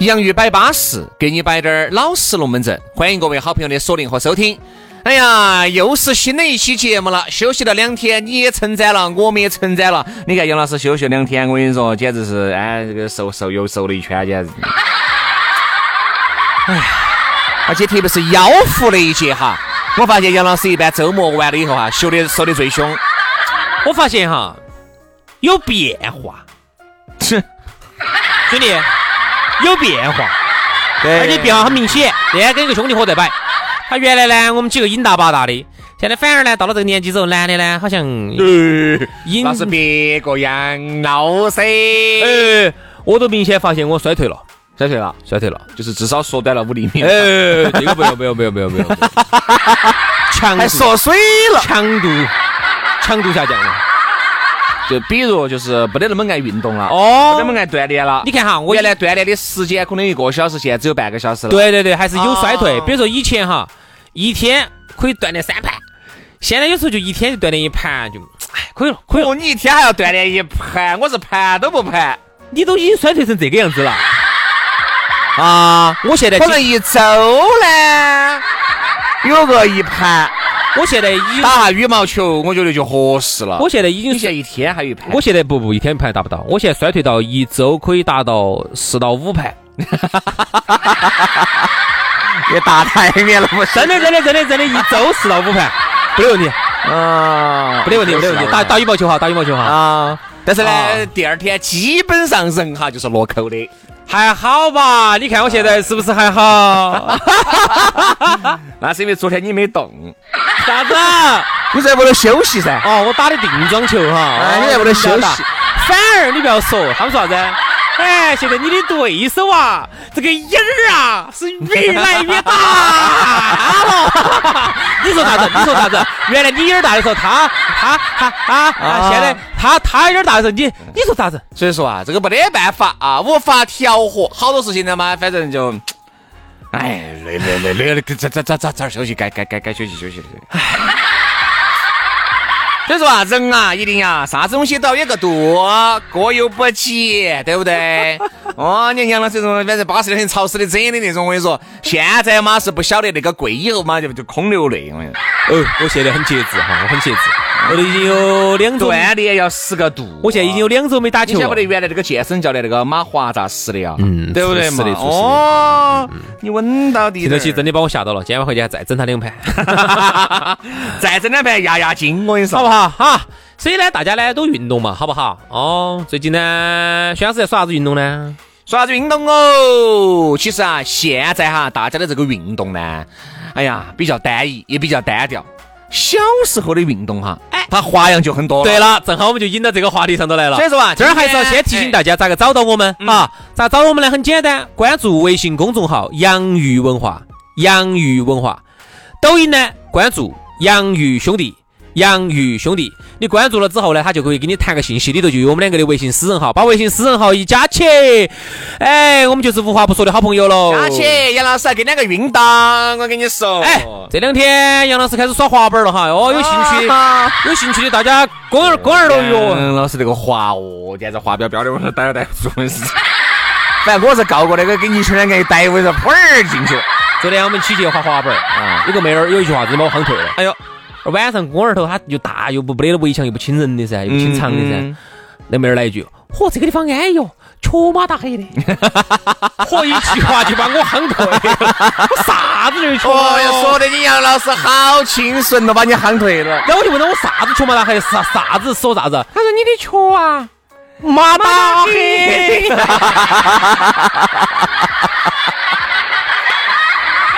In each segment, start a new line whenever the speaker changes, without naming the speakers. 洋芋摆巴适，给你摆点儿老实龙门阵。欢迎各位好朋友的锁定和收听。哎呀，又是新的一期节目了，休息了两天，你也称赞了，我们也称赞了。你看杨老师休息两天，我跟你说，简直是哎，这个瘦瘦又瘦了一圈，简直。 哎呀，而且特别是腰腹那一节哈，我发现杨老师一般周末完了以后哈，休的瘦的最凶。
我发现哈有变化，
是，
兄弟有变化，
对
而且变化很明显。那天跟一个兄弟伙在摆，他原来呢我们几个瘾大把大的，现在反而呢到了这个年纪之后，男的呢好像瘾
哎那是别个杨老师。
呃，我都明显发现我衰退了，
谁睡了？
衰退了。
就是至少缩短了五厘米。
呃，这个不要不要不要不要不要，强
哎
度
还缩水了。
强度强度下降了。
就比如就是没得那么爱运动了，
哦
没得那么爱锻炼了。
你看哈，我
原来锻炼的时间可能一个小时，现在只有半个小时了。，
对对对，还是有衰退。
哦
比如说以前哈，一天可以锻炼三盘，现在有时候就一天就锻炼一盘，就哎可以了，可以了
哦，。你一天还要锻炼一盘，我是盘都不盘，
你都已经衰退成这个样子了啊！我现在
可能一周呢有个一盘。
我现在已经
打下羽毛球，我觉得就合适了。
我现在已经
你现在一天还有一盘，
我现在不不一天盘达不到，我现在衰退到一周可以达到四到五盘。
也打太面了，不是？
真的真的真的真的，一周四到五盘，没得问题，
啊，
没得问题，没得问题。打打羽毛球哈，打羽毛球哈，
啊，但是呢
啊，
第二天基本上人哈就是落扣的。
还好吧？你看我现在是不是还 好？
那是因为昨天你没动，
啥子？啊
你在屋头休息噻。
哦，我打的定妆球哈，哦
哎你在屋头休息。
反而你不要说，他们说啥子？哎，现在你的对手啊，这个音儿啊是越来越大 了。你说 啥子？你说啥子？原来你音儿大的时候，他他他他
啊
啊，现在他他音儿大的时候，你你说啥子？
所以说啊，这个没得办法啊，无法调和，好多事情呢嘛，反正就，哎，累累累累了，咋咋咋咋咋休息，该该该该休息休息。 哎，所以说啊，人啊，一定要啥子东西都要有个度，过犹不及，对不对？哦，你看杨老师这种，反正巴适的很，潮湿的整的那种，我跟你说，现在嘛是不晓得那个跪以后嘛就就空流泪，我跟你说，
哦，我现在很节制哈，我很节制，我都已经有两周，
锻炼要识个度。
我现在已经有两周没打
你
球
晓不
了
得。原来那个健身教练那个马华咋死的呀？
嗯
对不对嘛
是的是？的
哦，你稳到底
这
点
头
儿。
起 真的把我吓到了，今晚回家再整他两盘。
再整两盘压压惊，我跟你
好
说
不。好哈？所以呢，大家呢都运动嘛，好不好？哦，最近呢，薛老师在耍啥子运动呢？
说啥子运动哦？其实啊，现在哈，大家的这个运动呢，哎呀，比较单一，也比较单调。小时候的运动哈，哎，它花样就很多了。
对了，正好我们就引到这个话题上头来了。
所以说啊
这儿还是要先提醒大家咋个找到我们啊？咋找我们呢？很简单，关注微信公众号“洋芋文化”，洋芋文化。抖音呢，关注“洋芋兄弟”。洋芋兄弟，你关注了之后呢，他就可以给你弹个信息，里头就有我们两个的微信私人号，把微信私人号一加起，哎，我们就是无话不说的好朋友喽。
而且杨老师还跟两个运动，我跟你说，
哎，这两天杨老师开始耍滑板了哈，哦，有兴趣的，
哦啊
有兴趣的大家公园公园头哟。
嗯，老师那个滑哦，简直滑标标的，我说逮都逮不住，真是。反正我是告过那个给泥鳅两个一逮，我说噗儿进去了。
昨天我们起去滑滑板儿，
啊
有个妹儿有一句话子把我夯退了，哎呦，晚上公园头它又
嗯
大又不没得围墙，又不亲人的噻，又不亲长的噻，那妹儿来一句，嚯，这个地方安逸哦，瘸马打 黑的，嚯，一句话就把我夯退了， 我啥子就是瘸马
哦哟，说的你杨老师好清纯了，把你夯退了。
然后我就问他我啥子瘸马打黑，啥啥子说啥子？他说你的瘸啊，马打 黑。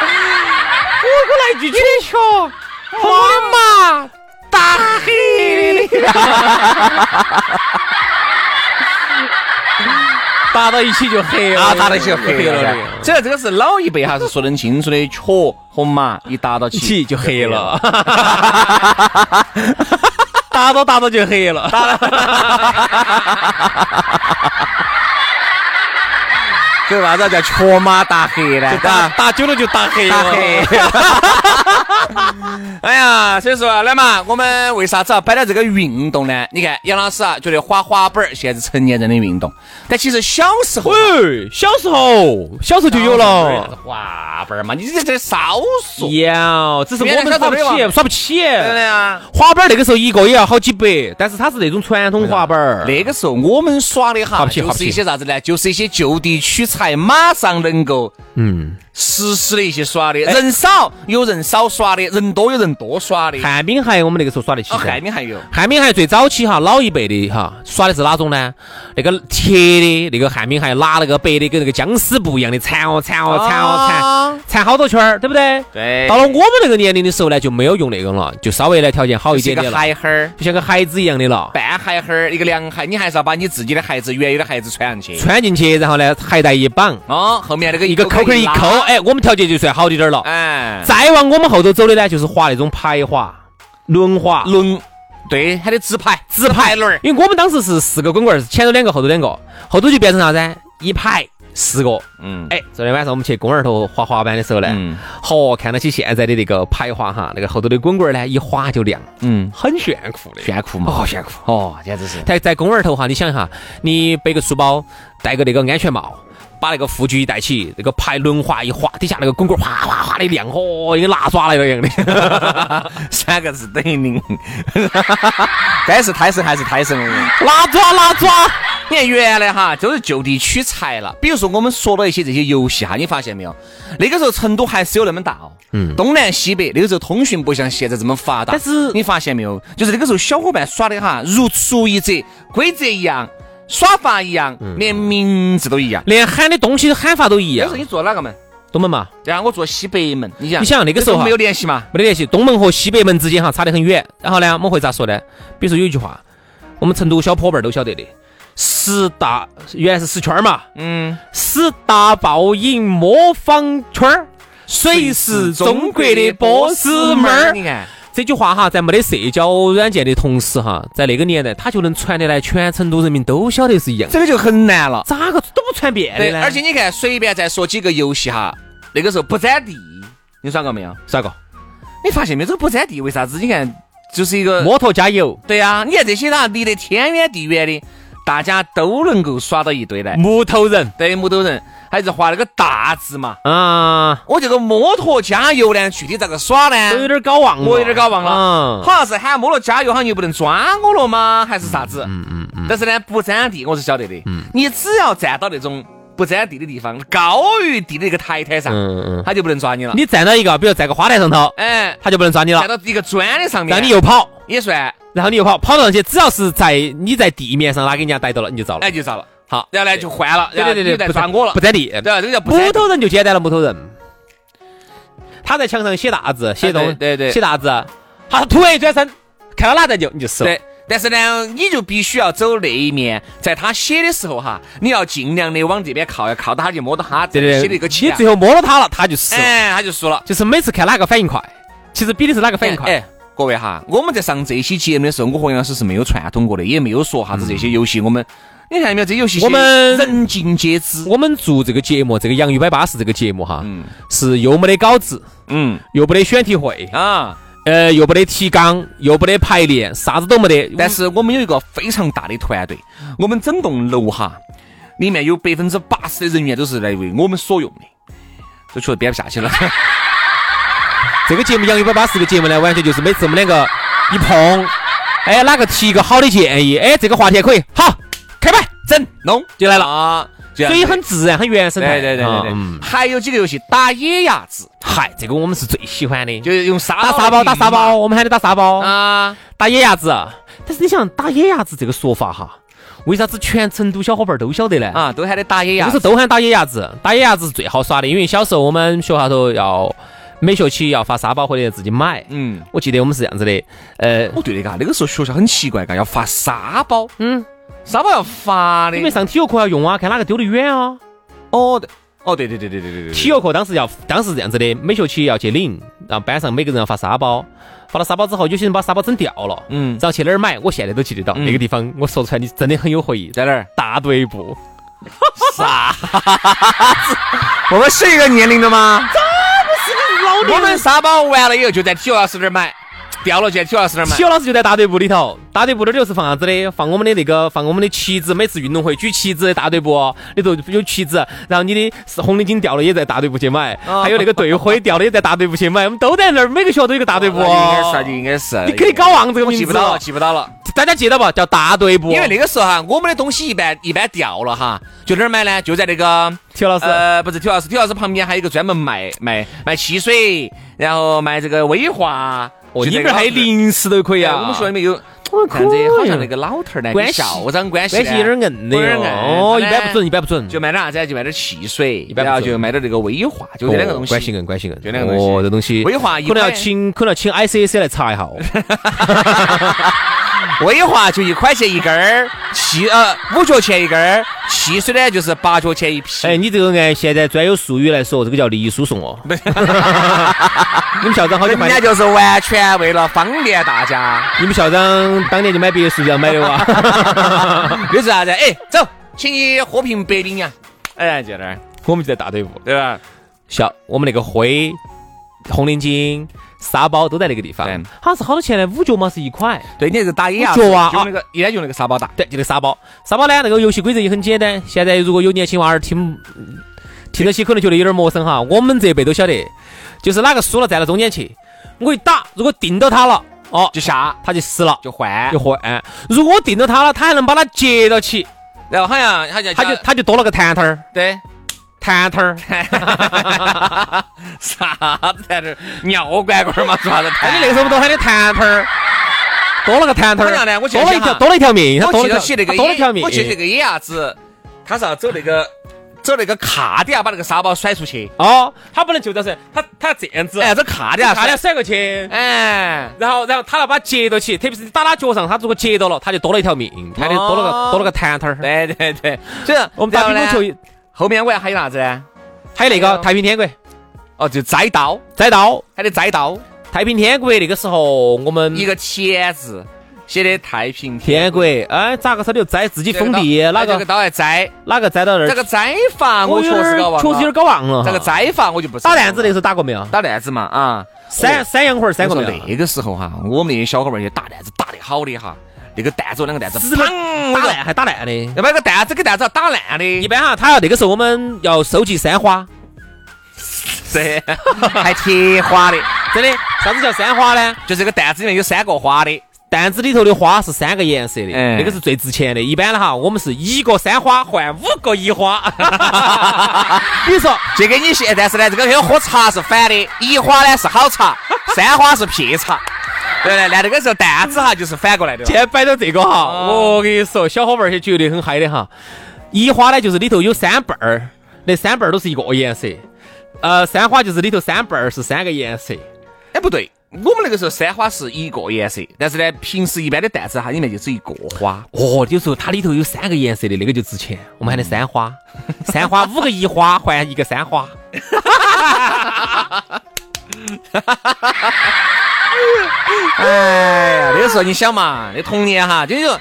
我来一句，你的瘸，我的马打 黑。打到一起就黑了，
啊，打得起
黑
黑
了
了
的。。
这这个是老一辈哈是说得清楚的，雀和马一打到起
起就黑了，打到打到就黑了。
这为啥子叫雀马打黑呢？
打打久了就打 黑
打
了。
黑。啊哎呀，所以说来嘛，我们为啥子要摆到这个运动呢？你看杨老师啊，觉得滑滑板儿现在是成年人的运动，但其实小时候啊
喂，哎小时候啊小时候就有了，，
滑板儿嘛，你这这少数。
有，只是我们耍不起，耍不起。
啊对啊的呀。
滑板儿那个时候一个也要好几百，但是它是那种传统滑板儿，
那个时候我们耍的
好
哈，
不起好
就
不起
是一些啥子呢？就是一些就地取材，马上能够嗯实施的一些耍
哎
的。人少有人少耍的，人多有人多耍的。
旱冰鞋我们那个时候耍得起
哦，
噻。
还你还有
旱冰鞋最早期哈，老一辈的哈耍的是哪种呢？那个铁的那个旱冰鞋，拿那个白的跟那个僵尸布一样的缠哦缠哦缠哦缠，缠好多圈儿，对不对？
对
到了我们那个年龄的时候呢，就没有用那个了，就稍微呢条件好一
一
点
个
点了，
孩孩儿。
就像个孩子一样的了。
半孩孩儿，一个凉鞋，你还是要把你自己的鞋子原有的鞋子穿上去。
穿进去，然后呢鞋带一绑，
哦，后面那个
一个扣
扣
扣
儿
一
拉
扣，，哎，我们条件就算好一点儿了。
哎，
再往我们后头走的呢，就是滑那种排滑、轮滑、
轮，对，还得直排，直排轮儿。
因为我们当时是四个滚棍儿，前头两个，后头两个，后头就变成啥子？一排四个。
嗯，
哎，昨天晚上我们去公园儿头滑滑板的时候呢
嗯，
嚯、看到起现在的那个排滑哈，那个后头的滚棍儿呢，一滑就亮，
嗯，
很炫酷的。
炫酷嘛，
哦，炫酷！
哦，简直是。
在在公园儿头哈，你想一下，你背个书包，戴个那个安全帽。把那个护具一戴起，那个排轮滑一滑，底下那个滚棍儿哗哗哗的亮，哦嚯、一跟拿耍了一样的。
三个字等于零， 该是胎神还是胎神的人。
拿抓拿抓，
你看原来哈，就是就地取材了。比如说我们说了一些这些游戏哈，你发现没有？那个时候成都还是有那么大哦，嗯，东南西北，那个时候通讯不像现在这么发达。
但是
你发现没有？就是那个时候小伙伴耍的哈，如出一辙，规则一样，耍法一样，
嗯
连名字都一样。
连喊的东西喊法都一
那
样
时候。你坐哪个门？
懂门嘛？
然后我坐西北门，你想，
你想那个时候啊哈
没有联系嘛？
没得联系，东门和西北门之间哈差得很远。然后呢，我们会咋说呢？比如说有一句话，我们成都小伙伴儿都晓得的，十大原来是十圈儿嘛，
嗯，
十大报应模仿圈儿，谁是中国的波斯猫儿？
你看。
这句话哈，在没得社交软件的同时哈，在那个年代，它就能传得来，全成都人民都晓得是一样的，
这个就很难了。
咋个都不传遍的
哎对，
呢？
而且你看，随便再说几个游戏哈，那个时候不占地，你耍过没有？
咋个？
你发现没有？这个不占地为啥子？你看，就是一个
摩托加油，
对啊，你看这些啦，离得天远地远的，大家都能够耍到一堆来。
木头人
对，木头人还是画那个大字嘛。
啊，
我这个摩托加油呢，具体咋个耍呢？
都有点搞忘了，
我有点搞忘了，
嗯
好像是喊摩托加油，好像又不能抓我了吗？还是啥子？嗯嗯嗯。但是呢，不占地我是晓得的。你只要站到那种不占地的地方，高于地的一个台台上，
嗯嗯
他就不能抓你了。
你站到一个，比如站个花坛上头，
哎，
他就不能抓你
站
了。
到一个啊砖的上面，
让你又跑，
也算，
然后你又跑，跑到上去，只要是在你在地面上，哪给人家逮到了，你就遭了
哎，。就遭了。
好
然后呢就换了，
对对对对，
再
不
抓我了
不。占地。
对，这个叫不
木
沾地。
头人就简单了，木头人，他在墙上写大字，写东，
哎对对对
写大字，他突然一转身，看到哪站就你就死了。
对，但是呢，你就必须要走那一面，在他写的时候哈，你要尽量的往这边靠，要靠到他就摸到他
对对
写的
对
一个，起
你
来
最后摸到他了，他就死了。
哎，他就输了。
就是每次看哪个反应快，其实比的是哪个反应快。
哎，各位哈，我们在上这一期节目的时候，我和杨老师是没有串通过的，也没有说啥子这些游戏，我们。你看到没有？这游戏
我们
人尽皆知。
我们做这个节目，这个《洋芋摆巴士》这个节目哈，是又没得稿子，
嗯
又没得选题会，
啊，
呃，又没得提纲，又没得排练，啥子都没得。
但是我们有一个非常大的团队，我们整栋楼哈，里面有百分之八十的人员都是来为我们所用的。就确实编不下 去了，
这个节目《杨一百八》这个节目呢，完全就是每次我们两个一碰，哎，哪个提一个好的建议，哎，这个话题也可以，好，开摆，
整弄
就来了
啊，这样
所
子
以很自然，很原生态。
对对对对对，
嗯
还有几个游戏打野鸭子，
嗨，这个我们是最喜欢的，
就是用沙
打沙包，打沙包，我们喊你打沙包，
啊，
打野鸭子。但是你想打野鸭子这个说法哈，为啥子全成都小伙伴都晓得呢？
啊，都喊得打野
那
鸭
个时候
子。
都喊打野鸭子，打野鸭子是最好耍的，因为小时候我们学校头要每学期要发沙包回来自己买。
嗯，
我记得我们是这样子的，呃，
哦对的嘎，那个时候学校很奇怪嘎，要发沙包，嗯，沙包要发的
因。为上体育课要用啊，看哪个丢得远啊。
哦，对哦对对对对对对对，
体育课当时要当时是这样子的，每学期要去领，然后班上每个人要发沙包，发了沙包之后，有些人把沙包整掉了，
嗯
然后去哪儿买，我现在都记得到、那个地方，我说出来你真的很有回忆，
在哪儿？
大队部。
我们是一个年龄的吗？我哦们沙包完了以后就在体育老师那儿买，掉了就在体育老师那儿买
体。育老师就在大队部里头，大队部那儿就是放啥子的？放我们的那个，放我们的旗子。每次运动会举旗子的大队部哦里头有旗子，然后你的是红领巾掉了也在大队部去买，
哦
还有那个队徽掉了也在大队部去买，我们都在那儿，每个学校都有个大队部。哦
哦那就应该是啊，就
你
应该是。
可以搞忘这个
我
名
啊记
字
不到了，
了，
记不到了。
大家记得不？叫大队部。哦
因为那个时候哈，我们的东西一般一般掉了哈，就哪儿买呢？就在那个
体育老师
呃，不是体育老师，体育老师旁边还有一个专门卖卖卖汽水，然后卖这个威化。
哦，
就
你
这
们
个
那儿还有零食都可以
哎
啊。
我们学校里面有，
可以
看着好像那个老头儿呢，
哦关
跟
系
校长关系
关系有点硬的
有点硬
哦，
他
一
呢
般不准，一般不准，
就卖点啥子啊？就卖点汽水，
般不
然后
准哦
就卖点这个威化，就这两个东西。
关系硬，关系硬，
就两个东西
哦，这东西
威化一
可能要
块
请，可能要请 ICAC 来查一下 哦。
威化就一块钱一根儿，汽呃五角钱一根儿，汽水呢就是八角钱一瓶。
哎，你这个按现在专有术语来说，这个叫利益输送哦。 你们校长好久
人
买
家，就是完全为了方便大家。
你们校长当年就买别墅就要啊买的哇。
就是啥子？哎，走，请你喝瓶白领呀。哎，就那儿，
我们就在大队部，
对吧？
校我们那个徽、红领巾、沙包都在那个地方
对。
好像是好多钱呢？五角嘛是一块。
对，你那是打野鸭
我觉得啊
就那个一般用那个沙包打。
对，就那个沙包。沙包呢，那个游戏规则也很简单。现在如果有年轻娃儿听听得起，可能觉得有点陌生哈。我们这辈都晓得，就是哪个输了站到中间去，我一打，如果定到他了，哦，
就下
他就死了。哎
就换
就，换。如果我定到他了，他还能把他接到起，
然后好像他就
他就他就多了个弹弹儿，
对。
弹弹儿。
啥子在这儿尿管管嘛， 啥子
哎，你那个时候不都喊的弹弹儿，多了个弹弹
好像呢
儿，
我记
多
得
了一条
像
多了一条命，他
我
多
记
了
得
一条，
起那个
他多了一条命。
我记得那个野鸭子，他是要走那个走那个卡底下把那个沙包甩出去，
哦，他不能就这样子，他他啊这样子，
哎，走卡底下
他他俩
甩，
甩过去。
哎，
然后，然后他要把他接到起，特别是你打他脚上，他如果接到了，他就多了一条命，他就多了个、
哦
多了个弹弹儿。
对对对，所以
我们打
然
乒乓
后呢
球，
后面我要还有啥子呢？
还有那个太平天国
哦，就摘刀，
摘刀，
还得摘刀，
太平天国那个时候我们
一个田字写的太平
嗯天国，哎，咋个他就摘自己封地，哪
这个
个
刀来摘，
哪个摘到那儿
这个摘法我确
有点
实
儿
搞忘
确实有点儿搞忘了哈。
这个摘法我就不
打担子那时候打过没有？
打担子嘛啊，
三三洋魂儿三
我
个
说
没
那
有？啊
个时候哈，我们那些小伙伴儿也打担子打得好的哈，那个担子两个担子，
死了打烂还打烂的。
要把那个担子给担子要打烂的，
一般哈，他要那个时候我们要收集山花，
是 还贴花的，
真的，啥子叫山花呢？
就是这个担子里面有三个花的，
担子里头的花是三个颜色的，
哎
那个是最值钱的。一般的哈，我们是一个山花换五个一 花。比如说，
这个你现但是呢，这个跟喝茶是反的，一花呢是好 茶，三花是撇茶，对不对？那这个时候担子哈就是反过来的
今
了，
天摆到这个哈，我跟你说，小伙伴儿些绝对很嗨的哈。一花呢，就是里头有三瓣儿，那三瓣儿都是一个颜色。呃，三花就是里头三瓣儿是三个颜色。
哎不对。我们那个时候三花是一个颜色，但是呢，平时一般的担子哈里面就只一个花，
哦，有时候它里头有三个颜色的，那个就值钱。我们喊的
嗯
三花， 三花五个一花换一个三花。
哎呀，那个时候你想嘛，那童年哈，就是说。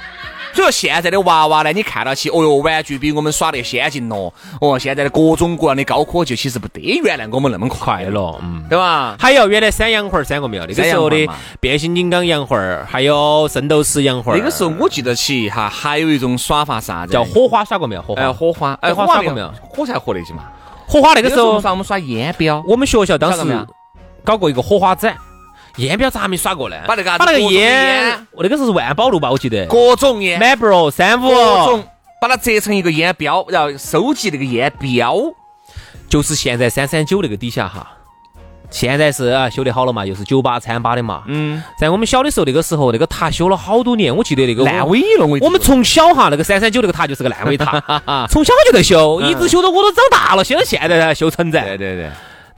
所以说现在的娃娃呢，你看到起，哦哟，玩具比我们耍得先进咯。哦，现在的各种各样的高科技，其实不得原来我们那么快了，
了，嗯。
对吧？
还有原来三洋魂儿三个没有？那个时候
三洋
的
魂儿嘛
变形金刚洋魂儿，还有圣斗士洋魂儿。啊
那个时候我记得起哈，还有一种耍法是啥子？
叫火花耍过没有？火花
哎，火花，
哎
哎，
火花耍过没有？
火才火得起嘛。
火花那
那
个
个
时
时候我
候
们耍我们耍烟标，
我们学校当
耍过没
时
有
搞过一个火花展，烟标咋还没耍过呢？
把那个啥子
把那个
各种
烟
烟，
我那个时候是万宝路吧，我记得。
各种烟，
Marlboro 三五，
各种把它折成一个烟标，然后收集那个烟标。
就是现在三三九那个底下哈，现在是啊修得好了嘛，又是酒吧、餐吧的嘛。
嗯，
在我们小的时候，那个时候那个塔修了好多年，我记得那个
烂尾了，我
我们从小哈，那个三三九那个塔就是个烂尾 塔，从小就在修，一直修到我都长大了，修到现在才修成噻。
嗯对对对，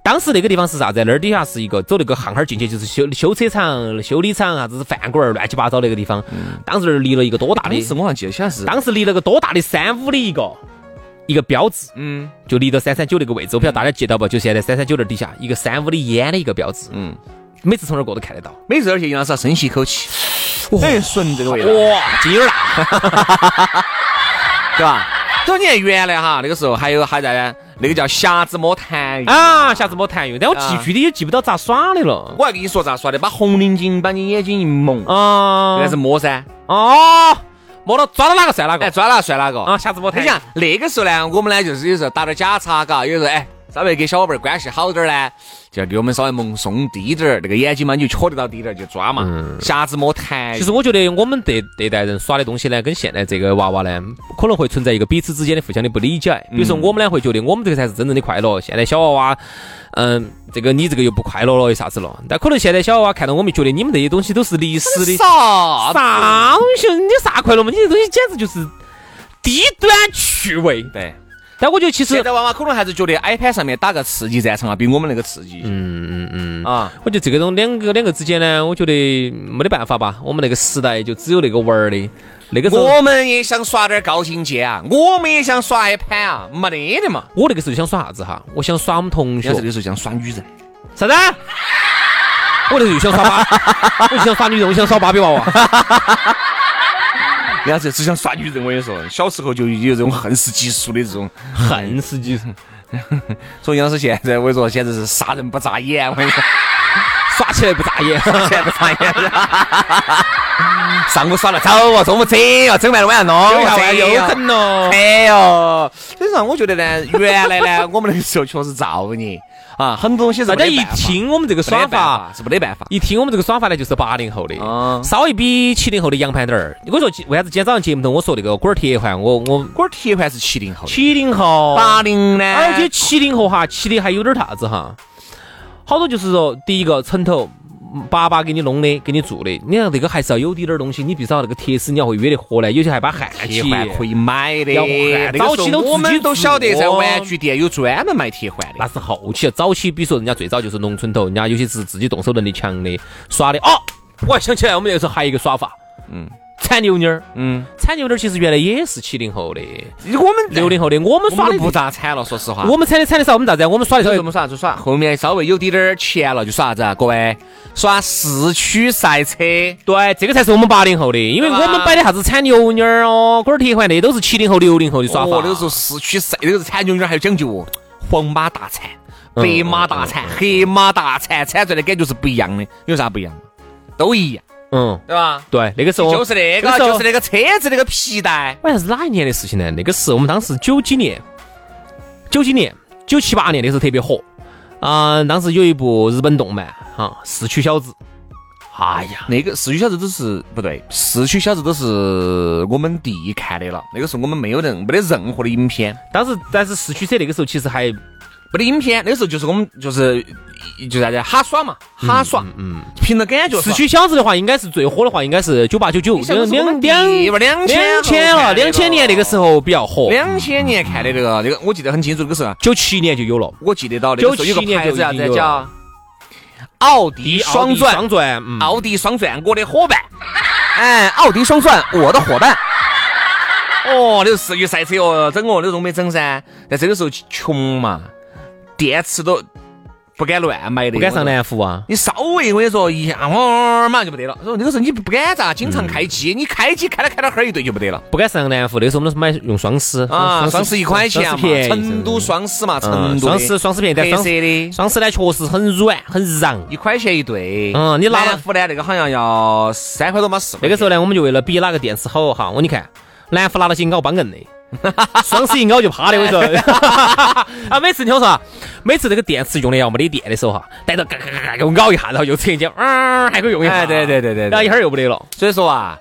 当时那个地方是啥子？那儿底下是一个走那个巷巷儿进去，就是修修车厂、修理厂，啥啊子饭馆儿乱七八糟那个地方。当时那儿立了一个多大
嗯当
的？
时我好像记得像是，
当时立了个多大的三五的一个一个标志，
嗯
就立到三三九那个位置。我不晓得大家记得不？就现在三三九那儿底下一个三五的烟的一个标志，
嗯，
每次从那儿过都看得到。
每次而且杨老师要深吸一口气，哎，顺这个味道，
哇，劲儿大！
对吧？所以你看原来哈那个时候还有还在呢，那个叫匣子摸痰盂。
啊，下次没谈用，但我
啊
记具体也记不到咋耍的了。
我还跟你说咋耍的，把啊红领巾把你眼睛一蒙，
啊
但是摸噻，
哦，摸到抓到哪个算哪
哎，
个
抓哪算哪个
啊！下次摸
你
谈。
想那个时候呢，我们呢就是有时候打点假叉，嘎，有时候哎稍微跟小伙伴关系好点儿呢，就要给我们稍微蒙松低点儿，那个眼睛嘛你就瞧得到低点儿就抓嘛，匣子摸痰。
嗯其实我觉得我们这这代人耍的东西呢，跟现在这个娃娃呢，可能会存在一个彼此之间的互相的不理解。比如
嗯
说我们呢，会觉得我们这个才是真正的快乐。现在小娃娃，嗯，这个你这个又不快乐了，又啥子了？但可能现在小娃娃看到我们，觉得你们这些东西都是历史的。
啥子？
啥东西？你啥快乐嘛？你这东西简直就是低端趣味。
对，
但我觉得其实
现在娃娃可能还是觉得 iPad 上面打个刺激战场啊，比我们那个刺激。嗯嗯嗯啊，
我觉得这个种两个两个之间呢，我觉得没得办法吧。我们那个时代就只有那个玩儿的，那个时候
我们也想耍点高精尖啊，我们也想耍一盘啊，没得的嘛。
我那个时候想耍啥子哈？我想耍我们同学
要是那个时候想耍 女人，
啥子？我那时候就想耍芭， 我就想耍女人，我想耍芭比娃娃。
要是只想耍女人，我跟你说，小时候就有这种恨死激素的这种恨死激素。 所以杨老师现在我跟你说，现在是杀人不眨眼，我跟你说，
耍起来不眨 眼，
杀人不眨眼。 上午耍了早哦，中午整哦，整完了晚
哎
上弄，哦
又狠了。
哎呦，所以说我觉得呢，原来呢，我们那个时候确实造孽啊，很多东西是
大
没
家
得
一
办法
听我们这个耍
没得办
法，哦
法是没得办法。
一听我们这个耍法呢，就是八零后的，
啊
稍微比七零后的洋盘点儿。我说为啥子今天早上节目头我说那个滚儿铁环，我我
我儿铁环是七零后哎的，
七零后，哎
八零呢，
而且七零后哈，七的还有点啥子哈，好多就是说，第一个城头爸爸给你弄的，给你做的，你看这个还是要有滴点儿东西，你必须要那个铁丝你要会约得活来，有些还把焊
铁
起。
环可以买的
要换，
那个时候
早期都自己
我们都晓得，
做
在玩具店有专门卖铁环
那
的。
是后期，早期比如说人家最早就是农村头，人家有些是自己动手能力强的，耍的哦。我还想起来，我们那个时候还有一个耍法，
嗯
铲牛妮儿，
嗯，
铲牛妮儿其实原来也是七零后的、
我们
六零后的，我们
我
耍
们
的
都不咋惨了，说实话。
我们铲的铲的少，我们咋子啊？我们耍的
就
时
这
候
哎么耍就耍，后面稍微有滴点儿钱了就耍啥子啊？各位，耍四驱赛车。
对，这个才是我们八零后的，因为
对
我
吧
们摆的啥子铲牛妮儿哦、滚儿铁环那都是七零后、六零后的耍法。
哦，那个时候四驱赛，那个时候铲牛牛还有讲究哦，黄马大铲、
嗯
白马大铲、黑马大铲，铲出来的感觉是不一样的。有啥不一样吗？都一样，
嗯，
对吧？
对，那个时候
就是那个，
那时候
就是那个车子那个皮带。
我还是哪一年的事情呢？那个是我们当时九几年，九几年、九七八年那时候特别火。啊、当时有一部日本动漫啊，《四驱小子》。哎呀，
那个四驱小子都是不对，四驱小子都是我们第一看的了。那个时候我们没有任没得任何的影片，
当时但是四驱车那个时候其实还
没得影片。那个时候就是我们就是就啥子哈耍嘛，哈耍，嗯，凭着感觉
四
耍。
驱小子的话，应该是最火的话，应该是九八九九
你想我
两
是我
两两
们两啊
两千了，两千年那个时候比较火，
两千年看的那个那个，我记得很清楚，那个时候啊
九七年就有了。
我记得到那个时候有
97
个
年
牌
就
子啥
已经
子
有
叫
了
奥迪
奥
双
迪
钻，
双钻，嗯，
奥迪双钻，我的伙伴， 哎，奥迪双钻，我的伙伴。哦，那个四驱赛车哦，整哦，那种没整噻。但这个时候穷嘛，电池都不敢乱买的，
不敢上
我跟你说。
南孚啊。
你稍微我跟你说一下，哦，马上就没得了。说那个时候你不敢咋，经常开机，你开机开到开到哈儿一顿就没得了
不敢上南孚，那时候我们都是买用双狮
啊！双十一块钱
哦双
嘛
十便，宜
成都双十嘛，成
嗯
都的
双十双十便宜，但
黑
双
色的，
双十呢确实很软很瓤。
一块钱一对。
嗯你拿了
南孚呢，那个好像要三块多嘛，四块
那
钱。
个时候呢，我们就为了比哪个电池好哈，我你看南孚拿了些咬帮硬的。双十一咬就趴的，我跟你说。啊，每次你听我说啊，每次这个电池用的要没得电的时候哈，逮到嘎嘎嘎嘎给我咬一下，然后又扯一截，嗯，还可以用一下。
哎对对对对对
然后一会儿又没得了。
所以说啊，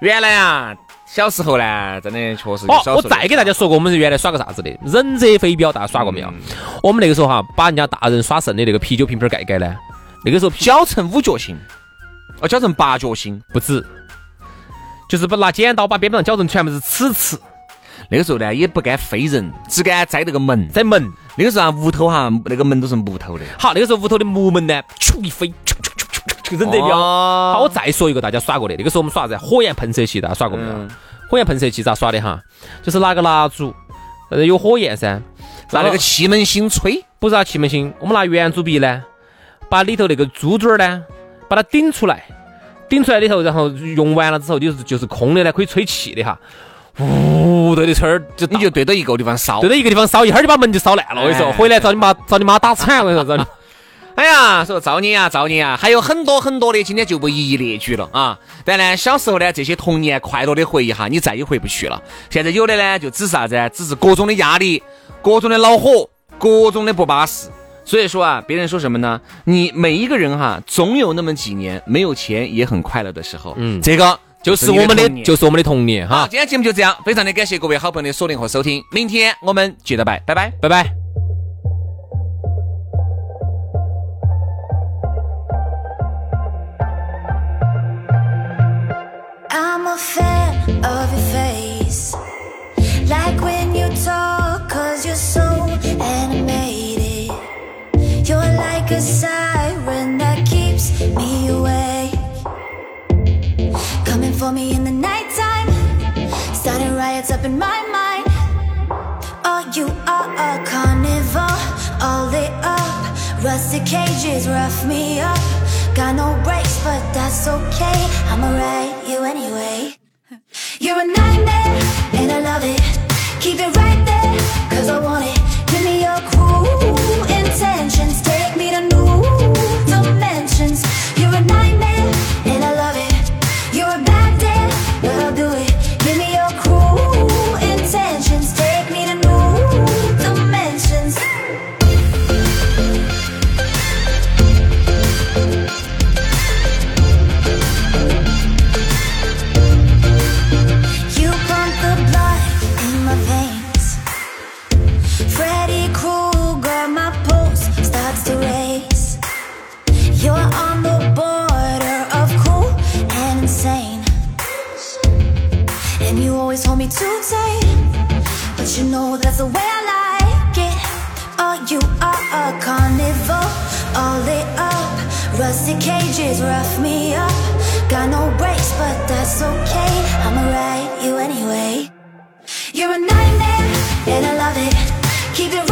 原来啊，小时候呢，真的确实有
哦，
少
我
数
再给大家说个，我们原来耍个啥子的？忍者飞镖，大家耍过没有？我们那个时候哈，把人家大人耍剩的那个啤酒瓶瓶盖盖呢，那个时候啤
搅成五角星，哦，搅成八角星。
不止，就是不拿剪刀把边边上搅成全部是齿齿，
那个时候呢，也不敢飞人，只敢摘那个门。
在门。
那个时候啊，屋头哈，那个门都是木头的。
好，那个时候屋头的木门呢，咻一飞，咻咻咻咻咻，忍者
标
镖。
哦
好，我再说一个大家耍过的，那个时候我们耍啥子？火焰喷射器，大家耍过没有
嗯？
火焰喷射器咋耍的哈？就是拿个蜡烛，呃，有火焰噻，
拿那
哦
个气门芯吹，
不是拿气门芯，我们拿圆珠笔呢，把里头那个珠珠儿呢，把它顶出来，顶出来里头，然后用完了之后就是就是空的呢，可以吹气的哈。呜，对的吹儿就
你就对着一个地方烧
对。着一个地方烧，一会儿就把门就烧烂了。我跟你说，
哎
回来找你妈找你妈打惨，我跟你说找你。
哎呀，说造孽啊，造孽啊，还有很多很多的，今天就不一一列举了啊。但呢，小时候呢，这些童年快乐的回忆哈，你再也回不去了。现在有的呢，就只是啥子啊？只是各种的压力，各种的恼火，各种的不巴适。所以说啊，别人说什么呢？你每一个人哈，总有那么几年没有钱也很快乐的时候。嗯，这个
就是我们
你
的
童，年
就是我们的童年
好，
哈。
啊今天节目就这样，非常的感谢各位好朋友的锁定和收听，明天我们接着拜，拜拜。
拜拜。
I'm a fan of your face. Like when you talk, cause you're so animated. You're like a siren that keeps me awake. Coming for me in the nighttime, starting riots up in my mind. Oh, you are a carnivore, all lit up. Rustic cages rough me up. Got no brakes, but that's okay. I'ma ride you anyway. You're a nightmare, and I love it. Keep it right there, cause I want it. Give me your cool intentions. Take me to new dimensions. You're a nightmare, and I love it. You're a bad day, but I'll do it. Give me your cool intentions. Take me to new dimensions. You pump the blood in my veins. Freddy Krueger, my pulse starts to race. You're on the border of cool and insane. And you always hold me too tight. But you know that's the way I like it. Oh, you are a carnivore, all lit up. Rusty cages rough me up. Got no brakes, but that's okay. I'ma ride you anyway. You're a nightmare, and I love it. Keep it Ah, Mm-hmm.